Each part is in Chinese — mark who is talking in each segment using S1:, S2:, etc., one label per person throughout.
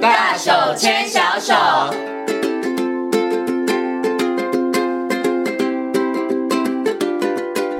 S1: 大手牵小手。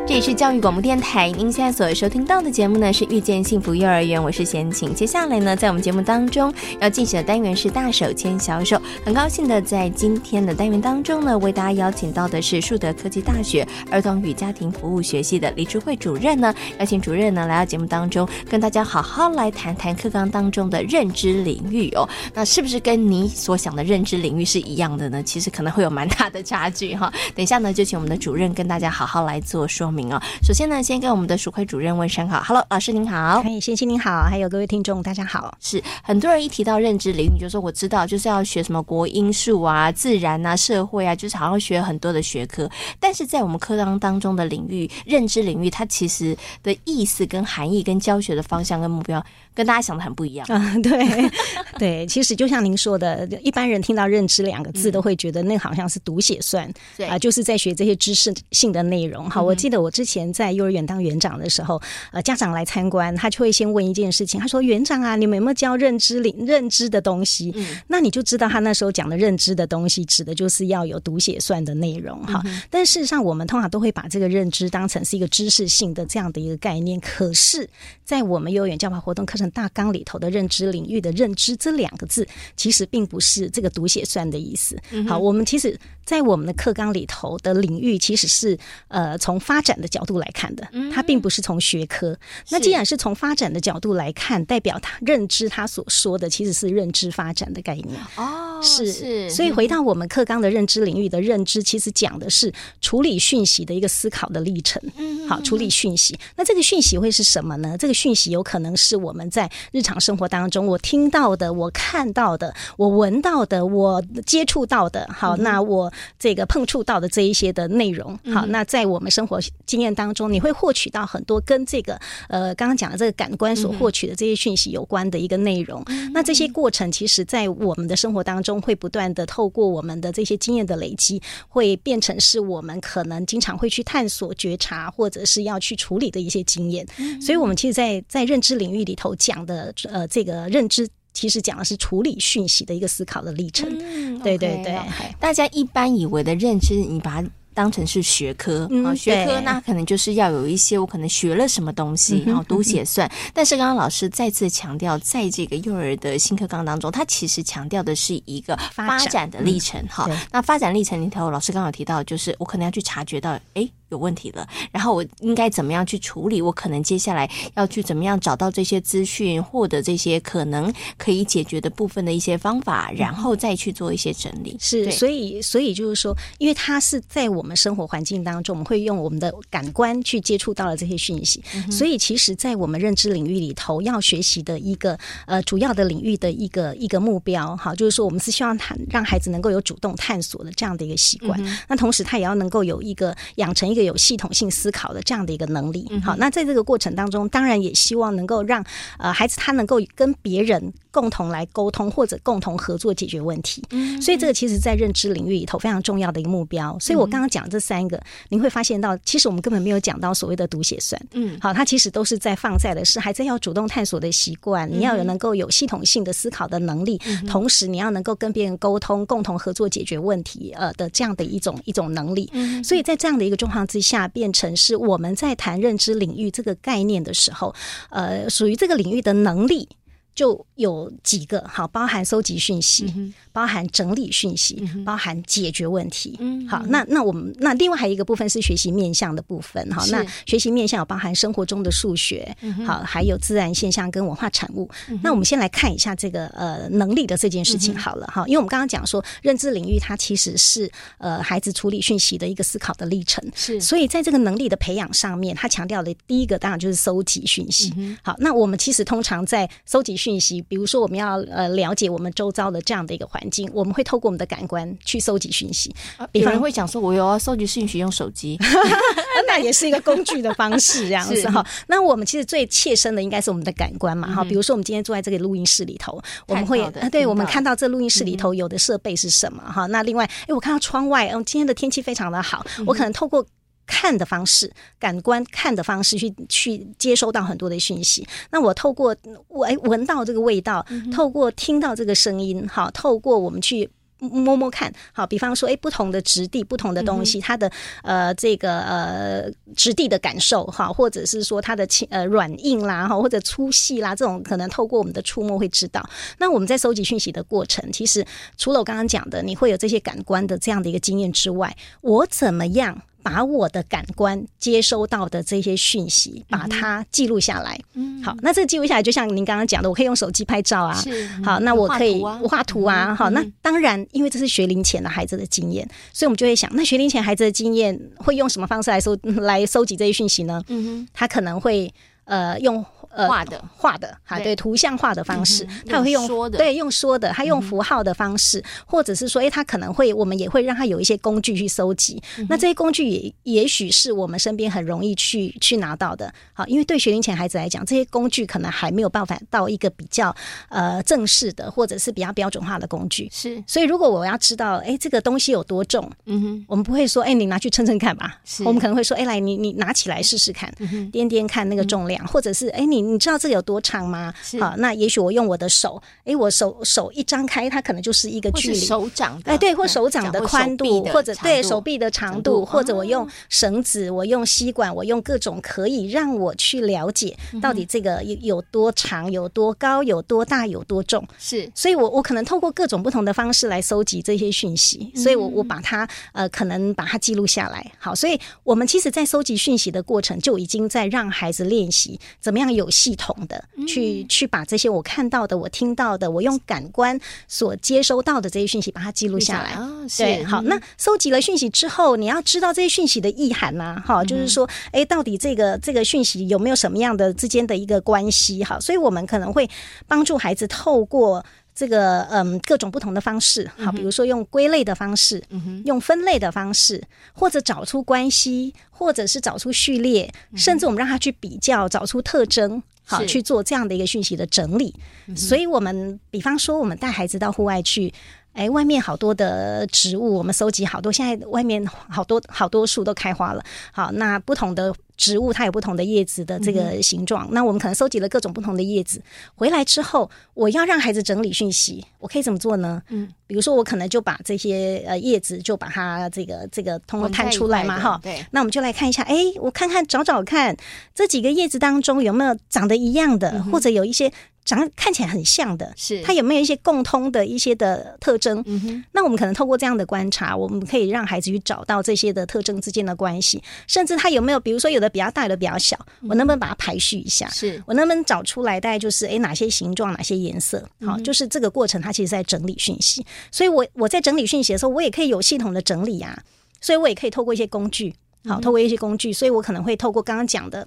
S2: 这里是教育广播电台，您现在所收听到的节目呢是《遇见幸福幼儿园》，我是贤琴。接下来呢，在我们节目当中要进行的单元是“大手牵小手”。很高兴的在今天的单元当中呢，为大家邀请到的是树德科技大学儿童与家庭服务学系的李智慧主任呢，邀请主任呢来到节目当中，跟大家好好来谈谈课纲当中的认知领域哦。那是不是跟你所想的认知领域是一样的呢？其实可能会有蛮大的差距哈。等一下呢，就请我们的主任跟大家好好来做说明哦。首先呢，先跟我们的鼠会主任问声好，Hello，老师您好。
S3: 嗨，哎先生您好，还有各位听众，大家好。
S2: 是很多人一提到认知领域，就说我知道就是要学什么国英数啊、自然啊、社会啊，就是好像学很多的学科。但是在我们课纲当中的领域，认知领域它其实的意思、跟含义、跟教学的方向、跟目标，跟大家想的很不一样。
S3: 啊、对 对，其实就像您说的，一般人听到“认知”两个字，都会觉得那好像是读写算
S2: 对
S3: 啊、就是在学这些知识性的内容。好，我记得我之前在幼儿园当园长的时候，呃，家长来参观，他就会先问一件事情，他说：“园长啊，你们有没有教认知领认知的东西？”那你就知道他那时候讲的认知的东西，指的就是要有读写算的内容哈。但事实上，我们通常都会把这个认知当成是一个知识性的这样的一个概念。可是，在我们幼儿园教法活动课程大纲里头的认知领域的认知这两个字，其实并不是这个读写算的意思。好，我们其实，在我们的课纲里头的领域，其实是呃从发展的角度来看的，它并不是从学科。那既然是从发展的角度来看，代表他认知他所说的其实是认知发展的概念。
S2: 哦
S3: 是嗯
S2: 是，
S3: 所以回到我们课纲的认知领域的认知，其实讲的是处理讯息的一个思考的历程。嗯，好，处理讯息。那这个讯息会是什么呢？这个讯息有可能是我们在日常生活当中我听到的、我看到的、我闻到的、我接触到的。好，那我这个碰触到的这一些的内容。好，那在我们生活经验当中，你会获取到很多跟这个呃刚刚讲的这个感官所获取的这些讯息有关的一个内容。那这些过程，其实在我们的生活当中，会不断的透过我们的这些经验的累积，会变成是我们可能经常会去探索、觉察，或者是要去处理的一些经验。所以，我们其实在，在认知领域里头讲的，呃，这个认知其实讲的是处理讯息的一个思考的历程。
S2: 嗯
S3: 对对
S2: OK
S3: 对。
S2: 哦大家一般以为的认知，你把它当成是学科、
S3: 嗯
S2: 啊，学科
S3: 对嗯
S2: 那可能就是要有一些我可能学了什么东西，然后读写算。但是刚刚老师再次强调，在这个幼儿的新课纲当中，它其实强调的是一个
S3: 发
S2: 发
S3: 展
S2: 展的历程哈、
S3: 嗯对
S2: 那发展历程里头，老师刚好提到，就是我可能要去察觉到，诶有问题了，然后我应该怎么样去处理？我可能接下来要去怎么样找到这些资讯，获得这些可能可以解决的部分的一些方法，然后再去做一些整理。
S3: 嗯是，
S2: 对
S3: 所以所以就是说，因为它是在我们生活环境当中，我们会用我们的感官去接触到了这些讯息，所以其实，在我们认知领域里头，要学习的一个呃主要的领域的一个一个目标，哈，就是说我们是希望他让孩子能够有主动探索的这样的一个习惯，那同时他也要能够有一个养成一个有系统性思考的这样的一个能力，好，那在这个过程当中，当然也希望能够让呃孩子他能够跟别人共同来沟通或者共同合作解决问题，所以这个其实，在认知领域里头非常重要的一个目标。所以我刚刚讲这三个，您会发现到，其实我们根本没有讲到所谓的读写算。
S2: 嗯，
S3: 好，它其实都是在放在的是孩子要主动探索的习惯，你要有能够有系统性的思考的能力，同时你要能够跟别人沟通、共同合作解决问题，呃的这样的一种一种能力。所以在这样的一个状况之下，变成是我们在谈认知领域这个概念的时候，呃，属于这个领域的能力。就有几个好，包含搜集讯息，包含整理讯息，包含解决问题。嗯，好，那那我们那另外还有一个部分是学习面向的部分。好，
S2: 是
S3: 那学习面向有包含生活中的数学，好，还有自然现象跟文化产物。那我们先来看一下这个呃能力的这件事情好了哈，因为我们刚刚讲说认知领域它其实是呃孩子处理讯息的一个思考的历程。
S2: 是
S3: 所以在这个能力的培养上面，他强调的第一个当然就是搜集讯息。好，那我们其实通常在搜集讯息，比如说我们要呃了解我们周遭的这样的一个环境，我们会透过我们的感官去搜集讯息，比
S2: 有
S3: 方
S2: 人会讲说，我有要收集讯息用手机，
S3: 那也是一个工具的方式，这样
S2: 是嗯
S3: 子哈。那我们其实最切身的应该是我们的感官嘛哈，比如说我们今天坐在这个录音室里头，我们会
S2: 看到的嗯
S3: 啊，
S2: 听
S3: 对
S2: 到
S3: 我们看到这录音室里头有嗯的设备是什么哈。那另外，哎，我看到窗外，嗯，今天的天气非常的好，我可能透过。看的方式、感官看的方式去去接收到很多的讯息。那我透过闻闻到这个味道，
S2: 嗯
S3: 透过听到这个声音，哈，透过我们去。摸摸看，好，比方说，哎，不同的质地、不同的东西，它的呃这个呃质地的感受哈，或者是说它的轻呃软硬啦哈，或者粗细啦，这种可能透过我们的触摸会知道。那我们在收集讯息的过程，其实除了我刚刚讲的，你会有这些感官的这样的一个经验之外，我怎么样？把我的感官接收到的这些讯息，把它记录下来。嗯，好，那这记录下来，就像您刚刚讲的，我可以用手机拍照啊。
S2: 是
S3: 好，那我可以
S2: 嗯画图啊嗯
S3: 我画图啊。好，那当然，因为这是学龄前的孩子的经验，所以我们就会想，那学龄前孩子的经验会用什么方式来收来收集这些讯息呢？
S2: 嗯哼，
S3: 他可能会呃用呃
S2: 画的
S3: 画的哈，
S2: 对
S3: 对图像化的方式
S2: 嗯哼，
S3: 他会
S2: 用
S3: 用
S2: 说的嗯
S3: 对用说的，他用符号的方式，或者是说，诶，他可能会我们也会让他有一些工具去搜集。
S2: 嗯
S3: 那这些工具也也许是我们身边很容易去去拿到的，好，因为对学龄前孩子来讲，这些工具可能还没有办法到一个比较呃正式的或者是比较标准化的工具。
S2: 是，
S3: 所以，如果我要知道，诶，这个东西有多重，
S2: 嗯哼，
S3: 我们不会说，哎、你拿去称称看吧
S2: 是。嗯
S3: 我们可能会说，哎、来，你你拿起来试试看，掂掂看那个重量，或者是，哎、你你知道这个有多长吗
S2: 是？
S3: 好，那也许我用我的手，哎、我手手一张开，它可能就是一个
S2: 或
S3: 距
S2: 是
S3: 离。
S2: 手掌的，
S3: 哎，对，或手掌的宽
S2: 或手
S3: 度，
S2: 臂的
S3: 或者
S2: 长
S3: 对
S2: 度
S3: 手臂的长
S2: 长
S3: 度，
S2: 度
S3: 或者我
S2: 哦
S3: 用绳子，我用吸管，我用各种可以让我去了解
S2: 嗯
S3: 到底这个有有多长、有多高、有多大、有多重。
S2: 是
S3: 所以我我可能透过各种不同的方式来搜集这些讯息，所以我我把它呃可能把它记录下来。好，所以我们其实，在搜集讯息的过程，就已经在让孩子练习怎么样有系统的去、去把这些我看到的、我听到的、我用感官所接收到的这些讯息，把它记录下来。
S2: 哦，是
S3: 对，好，那收集了讯息之后，你要知道这些讯息的意涵呐、哈、就是说，哎，到底这个这个讯息有没有什么样的之间的一个关系？哈，所以我们可能会帮助孩子透过。这个嗯，各种不同的方式，好，比如说用归类的方式，用分类的方式，或者找出关系，或者是找出序列，甚至我们让他去比较，找出特征，好
S2: 是
S3: 去做这样的一个讯息的整理。所以，我们比方说，我们带孩子到户外去。哎，外面好多的植物，我们收集好多。现在外面好多好多树都开花了。好，那不同的植物它有不同的叶子的
S2: 嗯
S3: 这个形状。那我们可能收集了各种不同的叶子，回来之后，我要让孩子整理讯息，我可以怎么做呢？嗯，比如说我可能就把这些呃叶子就把它这个这个
S4: 嗯
S3: 通通
S2: 混在一
S3: 摊出来
S2: 块
S3: 嘛，
S2: 的
S3: 哈。
S2: 对，
S3: 那我们就来看一下，哎，我看看找找看这几个叶子当中有没有长得一样的，或者有一些长看起来很像的，
S2: 嗯是
S3: 它有没有一些共通的一些的特征？
S2: 嗯哼，
S3: 那我们可能透过这样的观察，我们可以让孩子去找到这些的特征之间的关系，甚至它有没有，比如说有的比较大，有的比较小，我能不能把它排序
S4: 啊
S3: 一下？
S2: 是
S3: 我能不能找出来？大概就是诶哪些形状，哪些颜色？好、就是这个过程，它其实在整理讯息。所以我我在整理讯息的时候，我也可以有系统的整理啊。所以我也可以透过一些工具，好，透过一些工具，所以我可能会透过刚刚讲的。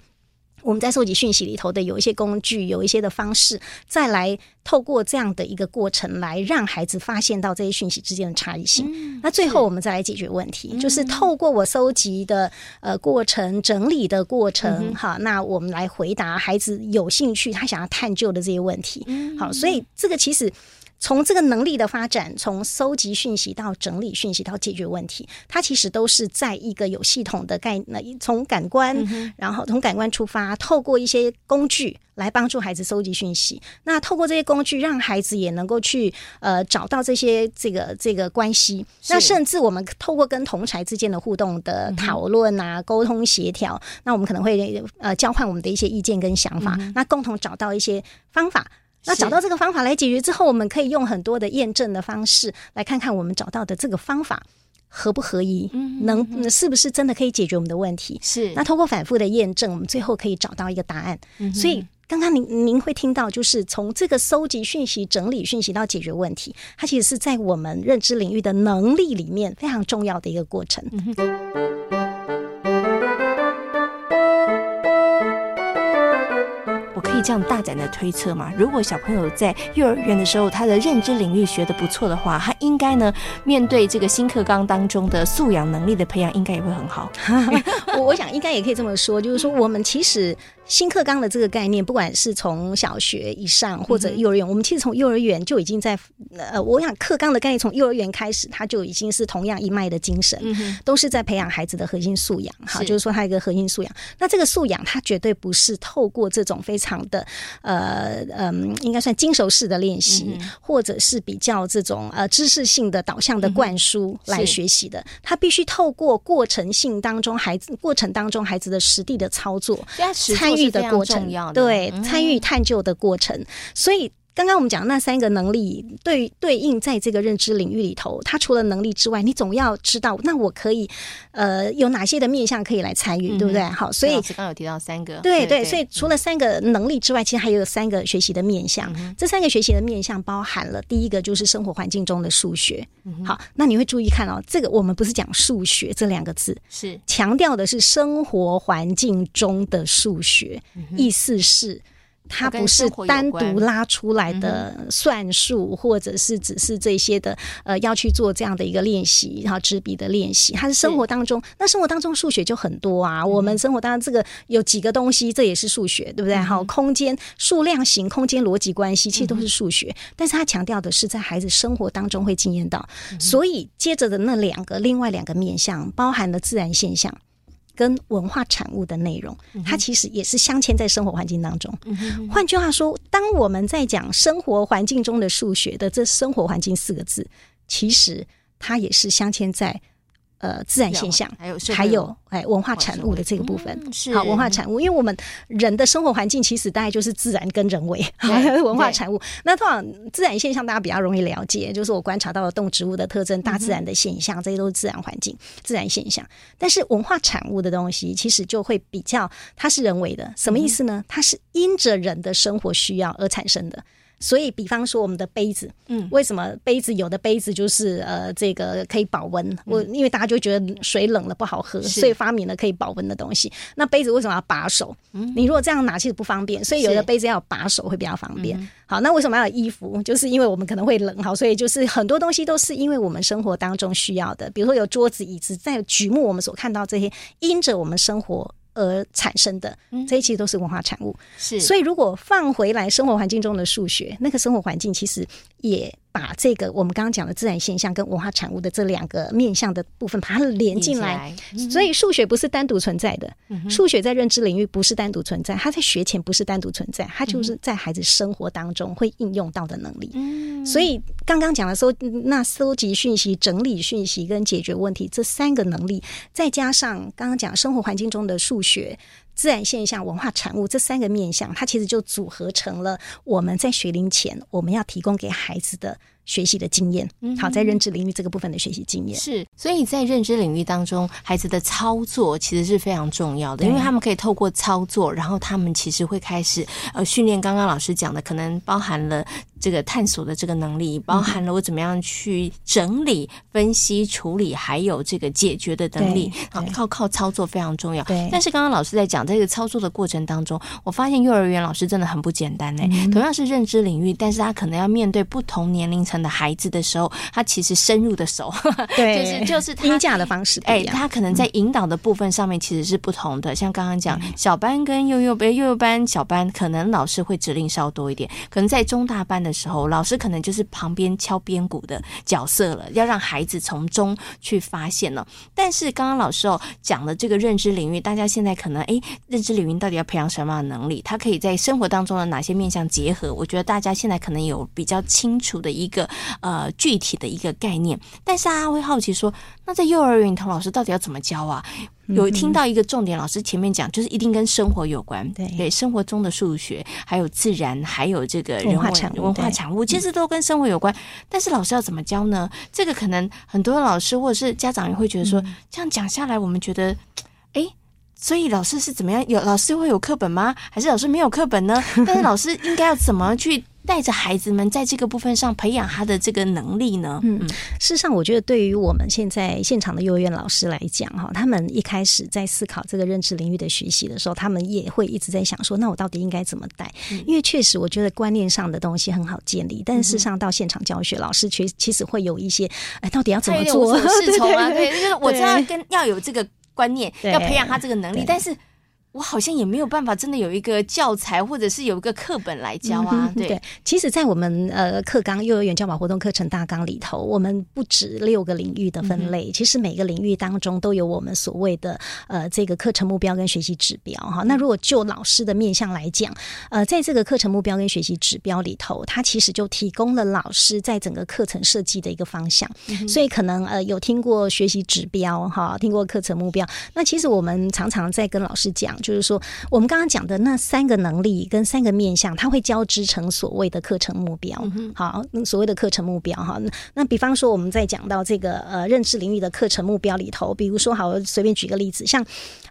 S3: 我们在收集讯息里头的有一些工具，有一些的方式，再来透过这样的一个过程，来让孩子发现到这些讯息之间的差异性。那最后我们再来解决问题，就是透过我收集的呃过程、整理的过程，好，那我们来回答孩子有兴趣他想要探究的这些问题。好，所以这个其实。从这个能力的发展，从收集讯息到整理讯息到解决问题，它其实都是在一个有系统的概念，从感官，然后从感官出发，透过一些工具来帮助孩子收集讯息。那透过这些工具，让孩子也能够去呃找到这些这个这个关系。那甚至我们透过跟同才之间的互动的讨论啊、沟通协调，那我们可能会呃交换我们的一些意见跟想法，那共同找到一些方法。那
S2: 是
S3: 找到这个方法来解决之后，我们可以用很多的验证的方式来看看我们找到的这个方法合不合宜，
S2: 嗯
S3: 能是不是真的可以解决我们的问题。
S2: 是嗯
S3: 那通过反复的验证，我们最后可以找到一个答案。所以刚刚您您会听到，就是从这个收集讯息、整理讯息到解决问题，它其实是在我们认知领域的能力里面非常重要的一个过程。
S4: 我可以这样大胆的推测吗？如果小朋友在幼儿园的时候，他的认知领域学得不错的话，他应该呢，面对这个新课纲当中的素养能力的培养，应该也会很好。
S3: 我我想应该也可以这么说，就是说我们其实新课纲的这个概念，不管是从小学以上或者幼儿园，我们其实从幼儿园就已经在呃，我想课纲的概念从幼儿园开始，它就已经是同样一脉的精神，
S2: 嗯
S3: 都是在培养孩子的核心素养。哈，
S2: 是
S3: 就是说他一个核心素养。那这个素养，它绝对不是透过这种非常的呃嗯，应该算精熟式的练习，或者是比较这种呃知识性的导向的灌输来学习的。它必须透过过程性当中孩子过程当中孩子的实地的操作，
S2: 所以它实作
S3: 参与
S2: 是非
S3: 的
S2: 常
S3: 过
S2: 重
S3: 程
S2: 要，的
S3: 对，
S2: 嗯
S3: 参与探究的过程，所以。刚刚我们讲那三个能力对对应在这个认知领域里头，它除了能力之外，你总要知道那我可以，呃，有哪些的面向可以来
S2: 嗯
S3: 参与，对不对？好，所以
S2: 老师刚刚有提到三个，
S3: 对对，所以除了三个能力之外，其实还有三个学习的面
S2: 嗯
S3: 向。这三个学习的面向包含了第一个就是生活环境中的数学。
S2: 嗯
S3: 好，那你会注意看哦，这个我们不是讲数学这两个字，
S2: 是
S3: 强调的是生活环境中的数学，意思是。嗯它不是单独拉出来的算术，或者是只是这些的呃要去做这样的一个练习，然后纸笔的练习，它是生活当中。那生活当中数学就很多啊，我们生活当中这个有几个东西，这也是数学，对不对？好，空间、数量型、空间逻辑关系，其实都是数学。但是它强调的是在孩子生活当中会经验到，所以接着的那两个另外两个面向，包含了自然现象。跟文化产物的内容，它其实也是镶嵌在生活环境当中。换句话说，当我们在讲生活环境中的数学的这“生活环境”四个字，其实它也是镶嵌在呃自然现象，
S2: 还有社会
S3: 还有哎文化产物的这个部分。
S2: 嗯是
S3: 好，文化产物，因为我们人的生活环境其实大概就是自然跟人为，
S2: 对
S3: 文化
S2: 对
S3: 产物。那通常自然现象大家比较容易了解，就是我观察到的动植物的特征、大自然的现象，这些都是自然环境、自然现象。但是文化产物的东西，其实就会比较它是人为的，什么意
S2: 嗯
S3: 思呢？它是因着人的生活需要而产生的。所以，比方说我们的杯子，嗯，为什么杯子有的杯子就是呃，这个可以保温？我
S2: 嗯
S3: 因为大家就觉得水冷了不好喝，所以发明了可以保温的东西。那杯子为什么要把手？你如果这样拿，其实不方便，所以有的
S2: 嗯是嗯
S3: 杯子要有把手会比较方便。好，那为什么要有衣服？就是因为我们可能会冷，好，所以就是很多东西都是因为我们生活当中需要的，比如说有桌子、椅子，在举目我们所看到这些，因着我们生活。而产生的，这些其实都是文化产物。
S2: 嗯是，
S3: 所以，如果放回来生活环境中的数学，那个生活环境其实也把这个我们刚刚讲的自然现象跟文化产物的这两个面向的部分，把它连
S2: 以
S3: 进来，，所
S2: 嗯
S3: 以数学不是单独存在的，数学在认知领域不是单独存在，它在学前不是单独存在，
S2: 嗯
S3: 它就是在孩子生活当中会应用到的能力。
S2: 嗯
S3: 所以刚刚讲的搜那搜集讯息、整理讯息跟解决问题这三个能力，再加上刚刚讲生活环境中的数学。自然现象、文化产物这三个面向，它其实就组合成了我们在学龄前我们要提供给孩子的学习的经验。好，在认知领域这个部分的学习经 验。
S2: 是，所以在认知领域当中，孩子的操作其实是非常重要的，因为他们可以透过操作，然后他们其实会开始呃训练。刚刚老师讲的，可能包含了这个探索的这个能
S3: 嗯
S2: 力，包含了我怎么样去整理、分析、处理，还有这个解决的能力
S3: 对。
S2: 好
S3: 对，
S2: 靠靠操作非常重要。
S3: 对
S2: 但是刚刚老师在讲这个操作的过程当中，我发现幼儿园老师真的很不简单呢、
S3: 嗯
S2: 同样是认知领域，但是他可能要面对不同年龄层的孩子的时候，他其实深入的手，
S3: 对，
S2: 就是就是他
S3: 哎音价的方式不
S2: 哎，
S3: 一样。
S2: 他可能在引导的部分上面其实是不同的。像刚刚讲小班跟幼幼班、幼幼班、小班，可能老师会指令稍多一点；可能在中大班的时候，老师可能就是旁边敲边鼓的角色了，要让孩子从中去发现呢、但是刚刚老师哦讲的这个认知领域，大家现在可能哎，认知领域到底要培养什么样的能力？他可以在生活当中的哪些面向结合？我觉得大家现在可能有比较清楚的一个呃具体的一个概念。但是大家会好奇说，那在幼儿园里头，老师到底要怎么教啊？
S3: 嗯
S2: 有听到一个重点，老师前面讲，就是一定跟生活有关，
S3: 对
S2: 生活中的数学，还有自然，还有这个人
S3: 文化
S2: 文
S3: 产物
S2: 文化
S3: 对嗯
S2: 产物，其实都跟生活有关。但是老师要怎么教呢？这个可能很多老师或者是家长也会觉得说，
S3: 嗯
S2: 这样讲下来，我们觉得，哎。所以老师是怎么样？有老师会有课本吗？还是老师没有课本 呢？但是老师应该要怎么去带着孩子们在这个部分上培养他的这个能力呢？嗯，
S3: 事实上，我觉得对于我们现在现场的幼儿园老师来讲，哈，他们一开始在思考这个认知领域的学习的时候，他们也会一直在想说，那我到底应该怎么带？
S2: 嗯
S3: 因为确实，我觉得观念上的东西很好建立，但是事实上到现场教学，老师其其实会有一些，哎，到底要怎
S2: 他有
S3: 么
S2: 点无
S3: 做？
S2: 所适从啊，
S3: 对对对
S2: 对，就是我知道
S3: 对
S2: 跟要有这个观念，
S3: 对
S2: 要培养他这个能力
S3: 对，
S2: 但是我好像也没有办法真的有一个教材，或者是有一个课本来教啊。
S3: 嗯哼
S2: 对，
S3: 其实，在我们呃课纲幼儿园教保活动课程大纲里头，我们不止六个领域的分
S2: 嗯
S3: 类，其实每个领域当中都有我们所谓的呃这个课程目标跟学习指标
S2: 嗯
S3: 哈。那如果就老师的面向来讲，呃，在这个课程目标跟学习指标里头，它其实就提供了老师在整个课程设计的一个方向。
S2: 嗯
S3: 所以可能呃有听过学习指标哈，听过课程目标。那其实我们常常在跟老师讲，就是说我们刚刚讲的那三个能力跟三个面向，它会交织成所谓的课程目标。好，那所谓的课程目标哈，那那比方说我们在讲到这个呃认知领域的课程目标里头，比如说好，我随便举个例子，像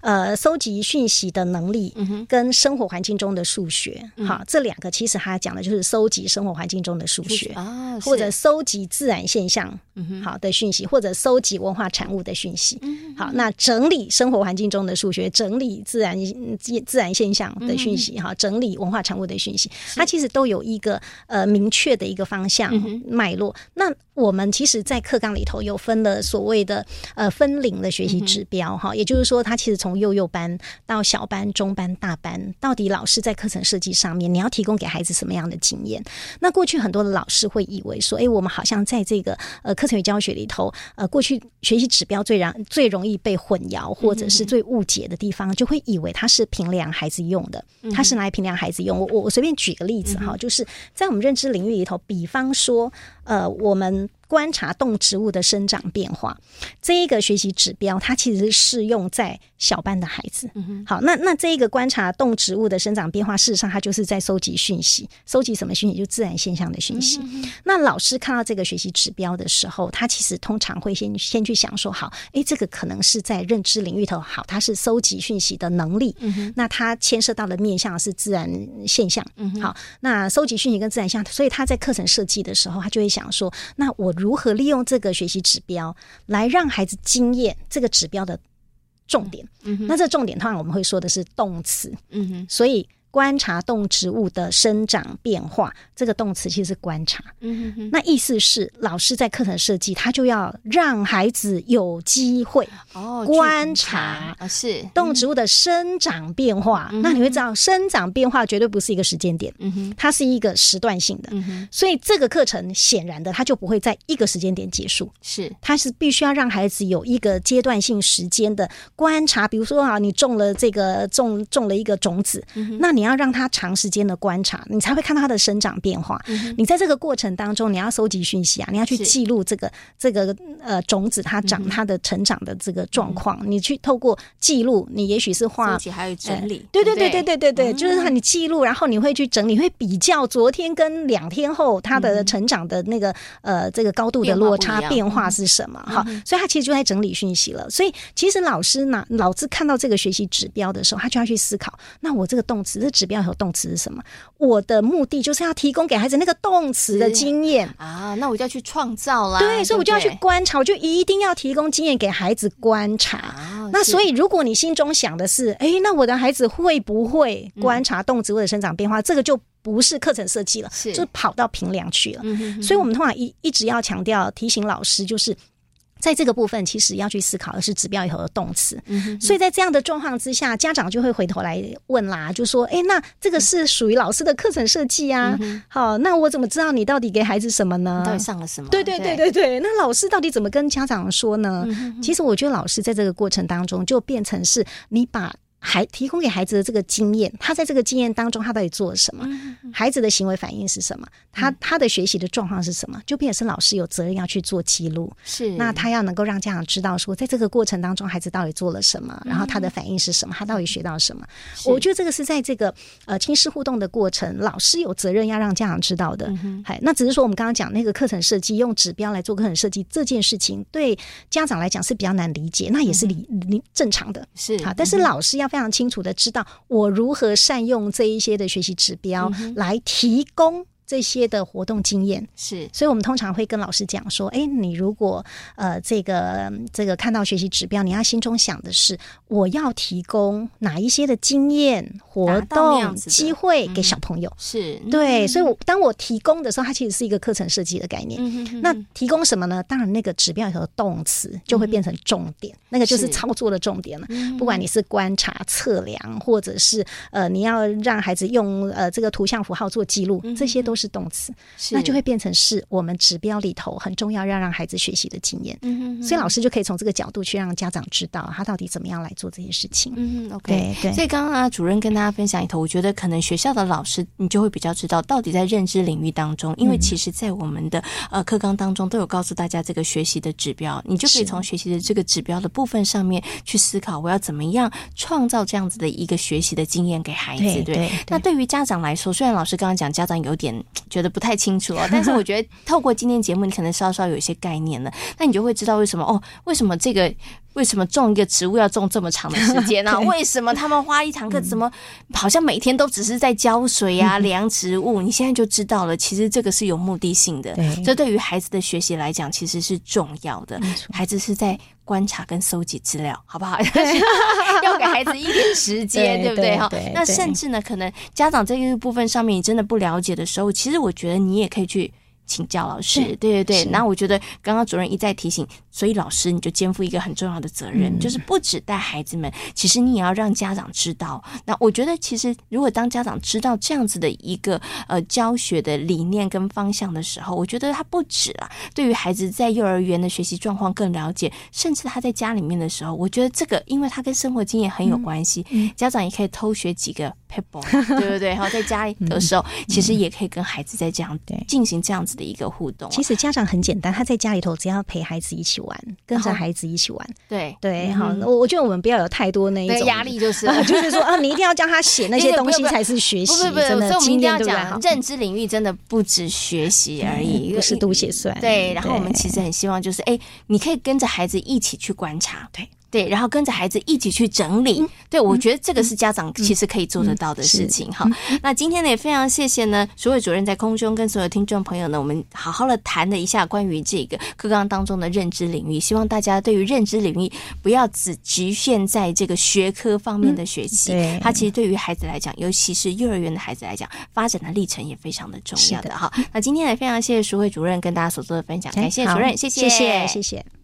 S3: 呃搜集讯息的能力跟生活环境中的数学，好，这两个其实它讲的就是搜集生活环境中的数学。
S2: 啊，
S3: 或者
S2: 是
S3: 收集自然现象好的讯息，或者收集文化产物的讯息。好，那整理生活环境中的数学，整理自然嗯自自然现象的讯息，哈，整理文化产物的讯息，它其实都有一个呃明确的一个方向脉络。那我们其实，在课纲里头有分了所谓的呃分龄的学习指标，哈、也就是说，它其实从幼幼班到小班、中班、大班，到底老师在课程设计上面，你要提供给孩子什么样的经验？那过去很多的老师会以为说，哎，我们好像在这个呃课程与教学里头，呃，过去学习指标最让最容易被混淆或者是最误解的地方，就会以为它是评量孩子用的，它是拿来评量孩子用。我我我随便举个例子哈，就是在我们认知领域里头，比方说，呃，我们。观察动植物的生长变化，这一个学习指标，它其实是适用在小班的孩子。好，那那这一个观察动植物的生长变化，事实上它就是在收集讯息，收集什么讯息？就自然现象的讯息。那老师看到这个学习指标的时候，他其实通常会先先去想说，好，诶，这个可能是在认知领域头，好，它是收集讯息的能力。那它牵涉到的面向是自然现象。好，那收集讯息跟自然现象，所以他在课程设计的时候，他就会想说，那我如何利用这个学习指标来让孩子经验这个指标的重点？那这重点通常我们会说的是动词，
S2: 嗯哼，
S3: 所以观察动植物的生长变化，这个动词其实是观察。
S2: 嗯哼哼，
S3: 那意思是老师在课程设计，他就要让孩子有机会
S2: 哦，
S3: 观
S2: 去
S3: 察
S2: 啊，是，
S3: 动植物的生长变化。那你会知道，生长变化绝对不是一个时间点，
S2: 嗯哼，
S3: 它是一个时段性的。
S2: 嗯哼，
S3: 所以这个课程显然的，它就不会在一个时间点结束。
S2: 是，
S3: 它是必须要让孩子有一个阶段性时间的观察，比如说啊，你种了这个种种了一个种子，那你要让它长时间的观察，你才会看到它的生长变化。你在这个过程当中，你要收集讯息啊，你要去
S2: 是
S3: 记录这个这个呃种子它长、它的成长的这个状况，你去透过记录，你也许是画
S2: 而且还有整理，
S3: 哎对
S2: 对嗯
S3: 对对
S2: 不
S3: 对，对对对，就是让你记录，然后你会去整理，会比较昨天跟两天后它的成长的那个、呃这个高度的落差
S2: 嗯变化不一样嗯
S3: 变化是什么哈、所以他其实就在整理讯息了。所以其实老师呢，老师看到这个学习指标的时候，他就要去思考，那我这个动词，这指标有动词是什么？我的目的就是要提供给孩子那个动词的
S2: 是
S3: 经验。
S2: 啊，那我就要去创造啦，
S3: 对，所以我就要去
S2: 不对
S3: 观察，我就一定要提供经验给孩子观察。
S2: 啊，
S3: 那
S2: 是
S3: 所以，如果你心中想的是，诶，那我的孩子会不会
S2: 嗯
S3: 观察动植物的生长变化？这个就不是课程设计了，
S2: 是
S3: 就跑到评量去了。
S2: 嗯哼哼
S3: 所以我们通常一一直要强调提醒老师，就是在这个部分，其实要去思考的是指标以后的动
S2: 嗯
S3: 词。所以在这样的状况之下，家长就会回头来问啦，就说：“诶，那这个是属于老师的课程设计啊，好，那我怎么知道你到底给孩子什么呢？”
S2: 嗯到底上了什么？
S3: 对对对对对，那老师到底怎么跟家长说呢？
S2: 嗯
S3: 其实我觉得老师在这个过程当中，就变成是你把。孩提供给孩子的这个经验，他在这个经验当中，他到底做了什
S2: 嗯
S3: 么？孩子的行为反应是什么？他他的学习的状况是什么？就变成是老师有责任要去做记录。
S2: 是
S3: 那他要能够让家长知道说，在这个过程当中，孩子到底做了什么，然后他的反应是什么，他到底学到什么。我觉得这个是在这个呃亲师互动的过程，老师有责任要让家长知道
S2: 嗯
S3: 的。哎、那只是说我们刚刚讲那个课程设计，用指标来做课程设计这件事情，对家长来讲是比较难理解，那也是理理正常的。
S2: 嗯是嗯
S3: 好，但是老师要非常
S2: 嗯
S3: 清楚的知道我如何善用这一些的学习指标来提供这些的活动经验。
S2: 是
S3: 所以我们通常会跟老师讲说，哎，你如果呃这个这个看到学习指标，你要心中想的是，我要提供哪一些的经验、活
S2: 达到那样
S3: 动、
S2: 子的
S3: 机会
S2: 嗯
S3: 给小朋友。
S2: 是，
S3: 对，所以我当我提供的时候，它其实是一个课程设计的概念。
S2: 嗯哼哼
S3: 那提供什么呢？当然，那个指标里头的动词就会变成重点，那个就是
S2: 是
S3: 操作的重点了。
S2: 嗯
S3: 不管你是观察、测量，或者是呃，你要让孩子用呃这个图像符号做记
S2: 嗯
S3: 录，这些都是动词，那就会变成是我们指标里头很重要要让孩子学习的经验。
S2: 嗯
S3: 所以老师就可以从这个角度去让家长知道他到底怎么样来做这些事情。
S2: 嗯哼，OK。
S3: 对对
S2: 所以刚刚啊，主任跟大家分享里头，我觉得可能学校的老师你就会比较知道到底在认知领域当中，因为其
S3: 嗯
S2: 实，在我们的呃课纲当中都有告诉大家这个学习的指标，你就可以
S3: 是
S2: 从学习的这个指标的部分上面去思考，我要怎么样创造这样子的一个学习的经验给孩子，对
S3: 对
S2: 不
S3: 对
S2: 对。
S3: 对
S2: 那对于家长来说，虽然老师刚刚讲家长有点嗯觉得不太清楚哦，但是我觉得透过今天节目，你可能稍稍有一些概念了，那你就会知道为什么哦，为什么这个为什么种一个植物要种这么长的时间呢、啊？为什么他们花一堂课怎么好像每天都只是在浇水啊、量植物？你现在就知道了，其实这个是有目的性的
S3: 对，
S2: 这对于孩子的学习来讲其实是重要的。孩子是在观察跟搜集资料，好不好？ 要给孩子一点时间，
S3: 对
S2: 对不对？
S3: 对
S2: 哈
S3: 对，
S2: 那
S3: 对
S2: 甚至呢，可能家长这个部分上面你真的不了解的时候，其实我觉得你也可以去。请教老师，对对对。
S3: 是
S2: 那我觉得刚刚主任一再提醒，所以老师你就肩负一个很重要的责任，
S3: 嗯
S2: 就是不只带孩子们，其实你也要让家长知道。那我觉得，其实如果当家长知道这样子的一个呃教学的理念跟方向的时候，我觉得他不止啊，对于孩子在幼儿园的学习状况更了解，甚至他在家里面的时候，我觉得这个，因为他跟生活经验很有
S3: 嗯
S2: 关系，家长也可以偷学几个 p e b b l e 对不 对？然后在家里的时候，其实也可以跟孩子在这样
S3: 嗯对
S2: 进行这样子的一个互动啊、
S3: 其实家长很简单，他在家里头只要陪孩子一起玩，跟着
S2: 哦
S3: 孩子一起玩，
S2: 对
S3: 对，
S2: 嗯
S3: 好，我我觉得我们不要有太多那一
S2: 对
S3: 种
S2: 压力就是。
S3: 啊， 就是说啊，你一定要教他写那些东西才是学
S2: 不
S3: 习，
S2: 不不，所以
S3: 真的
S2: 我们一
S3: 经
S2: 定要
S3: 验对不对？
S2: 讲
S3: 好嗯
S2: 认知领域真的不止学习而已，
S3: 不是读写算，
S2: 对，然后我们其实很希望就是，哎、你可以跟着孩子一起去观察，
S3: 对
S2: 对，然后跟着孩子一起去整理，对我觉得这个是家长其实可以做得到的
S3: 嗯
S2: 事情哈、那今天呢，也非常谢谢呢，所有主任在空中跟所有听众朋友呢，我们好好的谈了一下关于这个课纲当中的认知领域，希望大家对于认知领域不要只局限在这个学科方面的学习，
S3: 嗯对
S2: 它其实对于孩子来讲，尤其是幼儿园的孩子来讲，发展的历程也非常的重要
S3: 是
S2: 的哎
S3: 的
S2: 哈。那今天呢，非常谢谢淑慧主任跟大家所做的分享，感谢主任，
S3: 好
S2: 谢
S3: 谢谢谢谢。